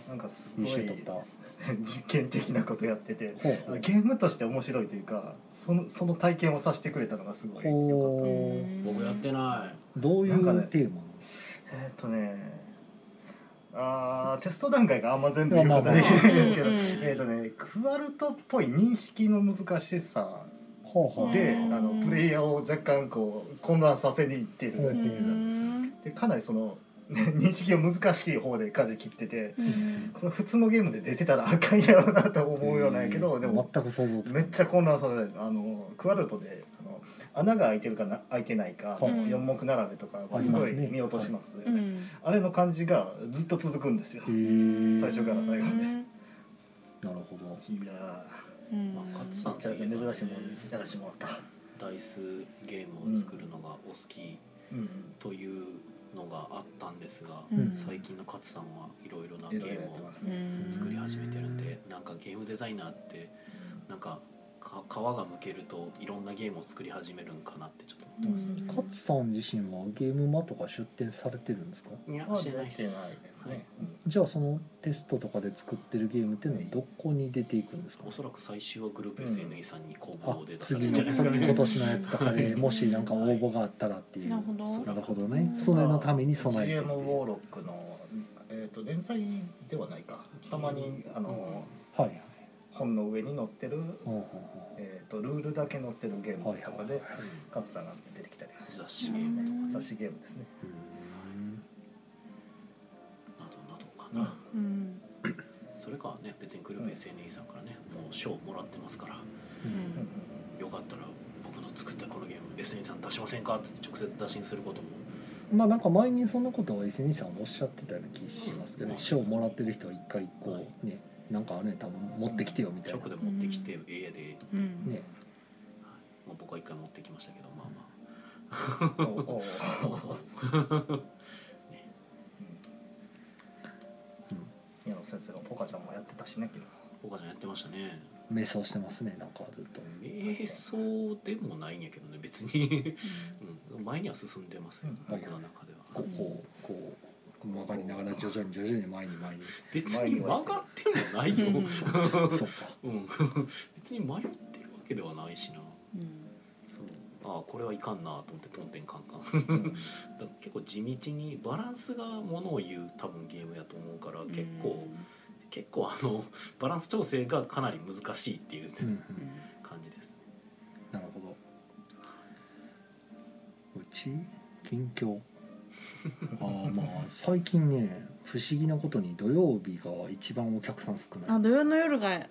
Speaker 3: なんかす
Speaker 1: い、
Speaker 3: ごい
Speaker 1: 一緒に取った
Speaker 3: 実験的なことやってて
Speaker 1: ほうほう
Speaker 3: ゲームとして面白いというかそのその体験をさせてくれたのがすごいよかっ
Speaker 1: ほ
Speaker 5: 僕やってない
Speaker 1: どういうテーマ
Speaker 3: たえーっとねああーテスト段階があんま全部言うことはできないけど、えっ、とねクワルトっぽい認識の難しさ
Speaker 1: ほうほう
Speaker 3: で、
Speaker 6: うん
Speaker 3: あのプレイヤーを若干こう混乱させにいってるって
Speaker 6: う
Speaker 3: いう、
Speaker 6: ん
Speaker 3: でかなりそのね認識が難しい方で舵切ってて
Speaker 6: うん
Speaker 3: これ普通のゲームで出てたらあかんやろうなと思うようなんやけど、でも
Speaker 1: 全く想像つかな
Speaker 3: め
Speaker 1: い
Speaker 3: っちゃ混乱させるあのクワルトであの穴が開いてるかな開いてないか、
Speaker 1: はい
Speaker 3: 四目並べとか
Speaker 1: あり
Speaker 3: す
Speaker 1: ま
Speaker 3: ご
Speaker 1: す
Speaker 3: い
Speaker 1: ね
Speaker 3: 見落としますよね、
Speaker 6: うん
Speaker 3: あれの感じがずっと続くんですよ、
Speaker 1: へー
Speaker 3: 最初から最後まで
Speaker 1: なるほど
Speaker 3: いや
Speaker 6: うん
Speaker 5: まあ勝
Speaker 3: ーめっちゃ珍しいも
Speaker 5: うん
Speaker 3: んやらしてもらった、
Speaker 5: ダイスゲームを作るのがお好き
Speaker 3: うん、
Speaker 5: というのがあったんですが、
Speaker 6: うん
Speaker 5: 最近の勝さんはいろいろないゲ
Speaker 3: ろいろ
Speaker 5: ー
Speaker 3: やっ
Speaker 5: ム
Speaker 3: て
Speaker 5: を
Speaker 3: ます
Speaker 6: う
Speaker 3: ね、
Speaker 6: ん
Speaker 5: 作り始めてるんでなんかゲームデザイナーってなんかか皮がむけるといろんなゲームを作り始めるんかなってちょっと思ってます。
Speaker 1: 勝さん自身はゲームマとか出展されてるんですか
Speaker 5: いや
Speaker 3: まあ
Speaker 5: してないっ
Speaker 3: して
Speaker 5: す
Speaker 3: ないですね、
Speaker 5: はい
Speaker 1: じゃあそのテストとかで作ってるゲームっていうのはどこに出ていくんですか
Speaker 5: おそらく最終はグループ
Speaker 3: うん
Speaker 5: SNE さんに公
Speaker 1: あ
Speaker 5: 募で出され
Speaker 1: 次
Speaker 5: るん
Speaker 1: の
Speaker 5: じゃないで
Speaker 1: 今年のやつ
Speaker 5: すかね。
Speaker 1: とかでもしなんか応募があったらっていう
Speaker 6: なるほど
Speaker 1: なるほどね備えのために備えて
Speaker 3: GM ウォーロックの、えー、と連載ではないかたまにあの、
Speaker 1: はいはい
Speaker 3: 本の上に載ってる、
Speaker 1: ほうほう
Speaker 3: えー、とルールだけ載ってるゲー
Speaker 1: ほう
Speaker 3: ムとか
Speaker 1: はいはい
Speaker 3: で勝さんが出てきたり
Speaker 5: 雑誌ゲームとか
Speaker 3: 雑誌ゲームですね
Speaker 1: うん
Speaker 5: などなどかな、
Speaker 6: うん
Speaker 5: それかね別にグループ SNE さんからねもう賞もらってますから
Speaker 1: うん
Speaker 3: うん
Speaker 5: よかったら僕の作ったこのゲーム SNE さん出しませんかって直接打診することも
Speaker 1: まあなんか前にそんなことを SNE さんおっしゃってたような気しますけど
Speaker 5: うん
Speaker 1: 賞もらってる人は一回こうねなんかあれ多分持ってきてよみたい
Speaker 5: 直
Speaker 1: な
Speaker 5: で持ってきて AA で、
Speaker 6: うん
Speaker 1: ね
Speaker 5: まあ、僕は一回持ってきましたけどまあまあ
Speaker 3: おお
Speaker 1: うん
Speaker 3: 宮野先生のポカちゃんもやってたしね
Speaker 5: 岡ちゃんやってましたね
Speaker 1: 迷走してますねなんかずっと
Speaker 5: 瞑想でもないんやけどね別に、うん、前には進んでますよ、
Speaker 1: うん
Speaker 5: 僕の中では、
Speaker 1: こうこうこう曲がりながら徐々に徐々に前に前に
Speaker 5: 別に曲がってもないよ、
Speaker 6: うん
Speaker 1: そうか
Speaker 5: うん、 別に迷ってるわけではないしなそうああこれはいかんなと思ってトンテンカンカン
Speaker 3: 昨日
Speaker 5: だから結構地道にバランスがものを言う多分ゲームやと思うから結構結構あの バランス調整がかなり難しいっていう
Speaker 1: うんうん
Speaker 5: 感じですね
Speaker 1: なるほどうち近況あーまあ最近ね不思議なことに土曜日が一番お客さん少
Speaker 2: あ
Speaker 1: ない
Speaker 2: 土曜の夜が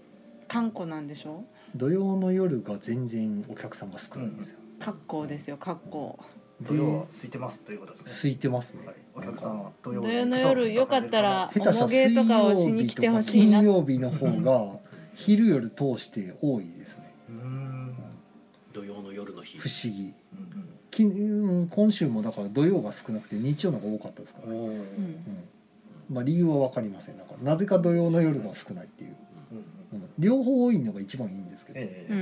Speaker 2: 観光なんでしょ
Speaker 1: 土曜の夜が全然お客さんが少ないんですよ、
Speaker 2: 格好ですよ格好
Speaker 3: 土曜は空いてますということです
Speaker 1: 空
Speaker 3: ね
Speaker 1: いてますね、
Speaker 3: はいお客さんは土曜
Speaker 6: 土曜の夜よかったら
Speaker 1: 下手したら
Speaker 6: おもげとかをしに来てほしいな
Speaker 1: 水曜日の方が昼夜通して多いですね
Speaker 3: うーん
Speaker 5: 土曜の夜の日
Speaker 1: 不思議
Speaker 3: うん
Speaker 1: きうん今週もだから土曜が少なくて日曜の方が多かったですから、
Speaker 3: うん
Speaker 2: う
Speaker 3: おーうん
Speaker 2: ん
Speaker 1: うんまあ、理由は分かりませんなんかなぜか土曜の夜が少ないっていう、
Speaker 3: うん
Speaker 1: うん両方多いのが一番いいんですけど、
Speaker 3: え
Speaker 2: う
Speaker 3: え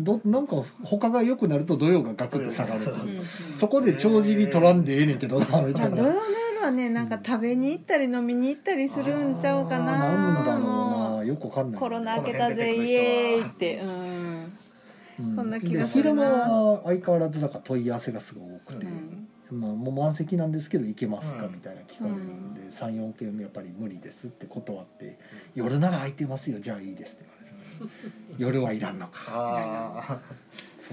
Speaker 2: ん
Speaker 1: どなんか他が良くなると土曜がガクッと下がる、
Speaker 2: うん
Speaker 1: そこで帳尻取らんでええねんけどなみ
Speaker 2: ま
Speaker 1: た
Speaker 2: あ
Speaker 1: い
Speaker 2: 土曜の
Speaker 1: な。
Speaker 2: 夜はねなんか食べに行ったり飲みに行ったりするんちゃうかな
Speaker 1: あーなんだろう
Speaker 2: も
Speaker 1: なよくわかん
Speaker 2: う
Speaker 1: ない
Speaker 2: コロナ明けたぜイエーイってうん
Speaker 1: うん
Speaker 2: そんな気がするな
Speaker 1: で昼間は相変わらずだから問い合わせがすごい多く
Speaker 2: う
Speaker 1: て、
Speaker 2: ん
Speaker 1: まあ、もう満席なんですけど行けますかみたいな聞かれるんで、
Speaker 3: う
Speaker 1: 34件目やっぱり無理ですって断って「夜なら空いてますよじゃあいいです」って言われる「夜はいらんのか」みたいな
Speaker 3: あ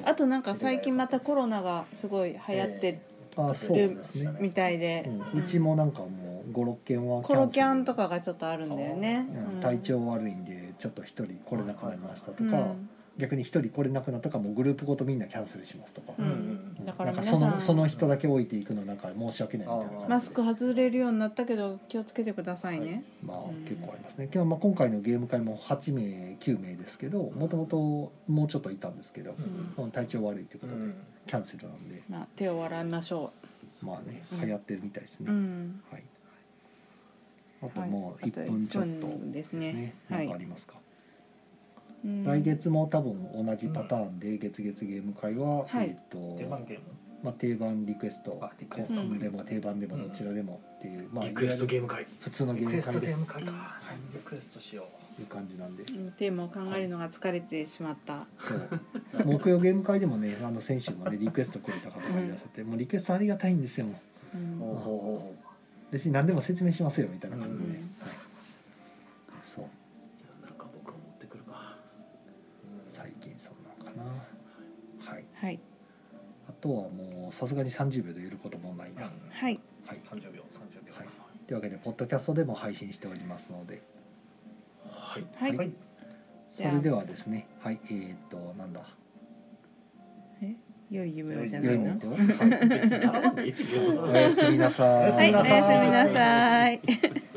Speaker 2: あとなんか最近またコロナがすごい流行って
Speaker 1: ああそうですね
Speaker 3: ー
Speaker 2: みたいで、
Speaker 1: うん、うちもなんかもう56件は
Speaker 2: コロキャンと
Speaker 1: か、
Speaker 2: かがちょっとあるんだよね
Speaker 1: う、、
Speaker 2: うんん
Speaker 1: 体調悪いんでちょっと1人来れなくなりましたとか、
Speaker 2: うん
Speaker 1: 逆に1人来れなくなったからもうグループごとみんなキャンセルしますとか、
Speaker 2: う
Speaker 3: うんん
Speaker 1: うん
Speaker 2: だから
Speaker 1: なんか
Speaker 2: 皆
Speaker 1: そ
Speaker 2: さん
Speaker 1: のその人だけ置いていくのなんか申し訳ないみたいな感じで
Speaker 2: マスク外れるようになったけど気をつけてくださいね、
Speaker 1: まあ
Speaker 2: うん
Speaker 1: 結構ありますね。今日まあ今回のゲーム会も8名9名ですけど、もともともうちょっといたんですけど、
Speaker 3: うん
Speaker 1: まあ体調悪いというこ
Speaker 3: う
Speaker 1: とで
Speaker 3: ん
Speaker 1: キャンセルなんで、
Speaker 2: まあ、手を洗いましょ
Speaker 1: まあね
Speaker 2: うん
Speaker 1: 流行ってるみたいです
Speaker 2: う、
Speaker 1: ね。
Speaker 2: うん
Speaker 1: はい。あともう1分ちょっと
Speaker 2: あ一分ですね
Speaker 1: ね、
Speaker 2: は
Speaker 1: なん
Speaker 2: い
Speaker 1: かありますか。
Speaker 2: うん
Speaker 1: 来月も多分同じパターンで月月ゲーム会は、
Speaker 2: はい
Speaker 1: えっと
Speaker 3: 定番ゲーム
Speaker 1: まあ定番リクエスト
Speaker 3: あリクエス
Speaker 2: ト
Speaker 1: でも定番でもどちらでもっていう、まあ
Speaker 5: リクエストゲーム会
Speaker 1: 普通のゲ
Speaker 3: リ
Speaker 1: ー
Speaker 3: ク
Speaker 1: ム
Speaker 3: エスト
Speaker 1: 会
Speaker 3: ゲ
Speaker 1: で
Speaker 3: ー
Speaker 1: す
Speaker 3: ム会かリクエストしよう
Speaker 1: いう感じなんで。
Speaker 2: うんテーマを考えるのが疲れてしまった、
Speaker 1: そう木曜ゲーム会でもねあの先週もねリクエストくれた方がいらっしゃってもうリクエストありがたいんですよ
Speaker 2: うん
Speaker 3: ほうほうほ
Speaker 1: 別に何でも説明しますよみたいな感じで、
Speaker 5: うん
Speaker 1: はい、そう
Speaker 5: なんか僕は持ってくるか
Speaker 1: 最近そんなのかなはい
Speaker 2: はい
Speaker 1: あとはもうさすがに30秒で言えることもないな、
Speaker 2: はい
Speaker 1: はい
Speaker 3: 三十秒三十秒
Speaker 1: はいというわけでポッドキャストでも配信しておりますので
Speaker 5: はい
Speaker 2: はい、
Speaker 1: はいそ
Speaker 2: じゃあ
Speaker 1: れではですねはいえー、っとなんだ
Speaker 2: 良い夢をじゃ
Speaker 1: 良
Speaker 2: ない
Speaker 1: い
Speaker 2: の
Speaker 1: のと、はい、
Speaker 5: 別に並ばんでいいよ
Speaker 1: おやすみなさ
Speaker 3: おや
Speaker 1: ー
Speaker 3: す
Speaker 2: はい
Speaker 3: み
Speaker 2: お
Speaker 3: なさ
Speaker 2: やすみなさい